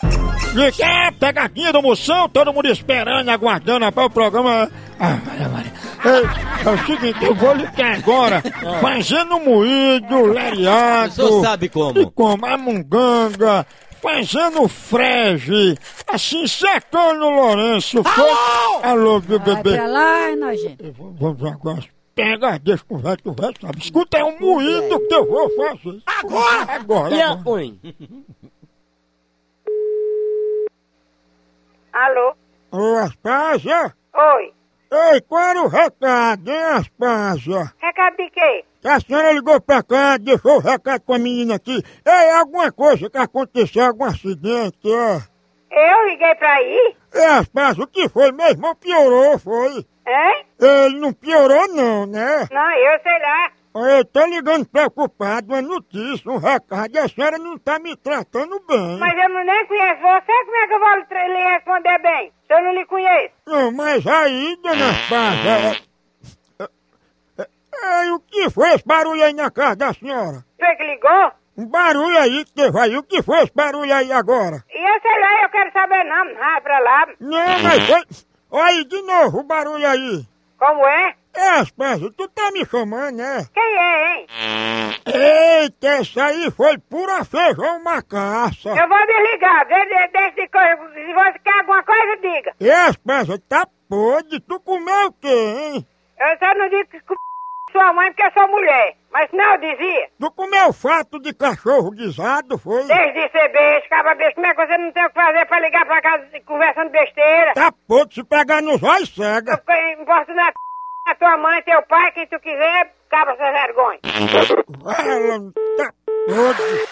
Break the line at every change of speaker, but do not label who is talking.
fica, é, pegadinha do moção, todo mundo esperando, aguardando rapaz, o programa. Ah, Maria, Maria. É, é o seguinte, eu vou lhe ter agora,
Ah.
fazendo moído,
O senhor
lariado,
sabe
e
como?
como a munganga, fazendo frege, assim, sacando o Lourenço. Foi... Alô, meu
Vai
bebê.
pra lá, é nojento.
Eu vou- Vamos agora. Pega, deixa com o velho, que o velho sabe. Escuta, é um moído que eu vou fazer. Agora! Agora! agora.
Alô?
Ô, Aspásia!
Oi.
Ei, qual era o recado, hein, Aspásia?
Recado de É, quê?
Que a senhora ligou pra cá, deixou o recado com a menina aqui. Ei, alguma coisa que aconteceu, algum acidente, é?
Eu liguei pra aí?
Ei, Aspásia, o que foi? Meu irmão piorou, foi?
Hein?
Ele não piorou não, né?
Não, eu sei lá.
Eu tô ligando preocupado, uma notícia, um recado, e a senhora não tá me tratando bem.
Mas eu não nem conheço você, como é que eu vou lhe lhe responder bem? Se eu não lhe conheço.
Não, mas aí, dona Paz, é, é, é, o que foi esse barulho aí na casa da senhora?
Você que ligou?
Um barulho aí que teve aí, o que foi esse barulho aí agora?
E eu sei lá, eu quero saber não. Vai pra lá.
Não, mas foi... Olha aí de novo o barulho aí.
Como é?
É, Aspésia, tu tá me chamando, né?
Quem é, hein?
Eita, essa aí foi pura feijão macaça.
Eu vou desligar. De, de, deixa de coisa. Se você quer alguma coisa, diga.
É, Aspésia, tá podre, tu comeu o quê, hein?
Eu só não digo que com sua mãe porque eu sou mulher. Mas não, eu dizia.
Tu comeu fato de cachorro guisado, foi?
Desde ser beijo, caba beijo, como é que você não tem o que fazer pra ligar pra casa de- conversando besteira?
Tá podre, se pegar nos olhos cega.
Eu fico importunando a é tua mãe, teu pai, quem tu quiser, cabra sem vergonha.
Ela não tá podre.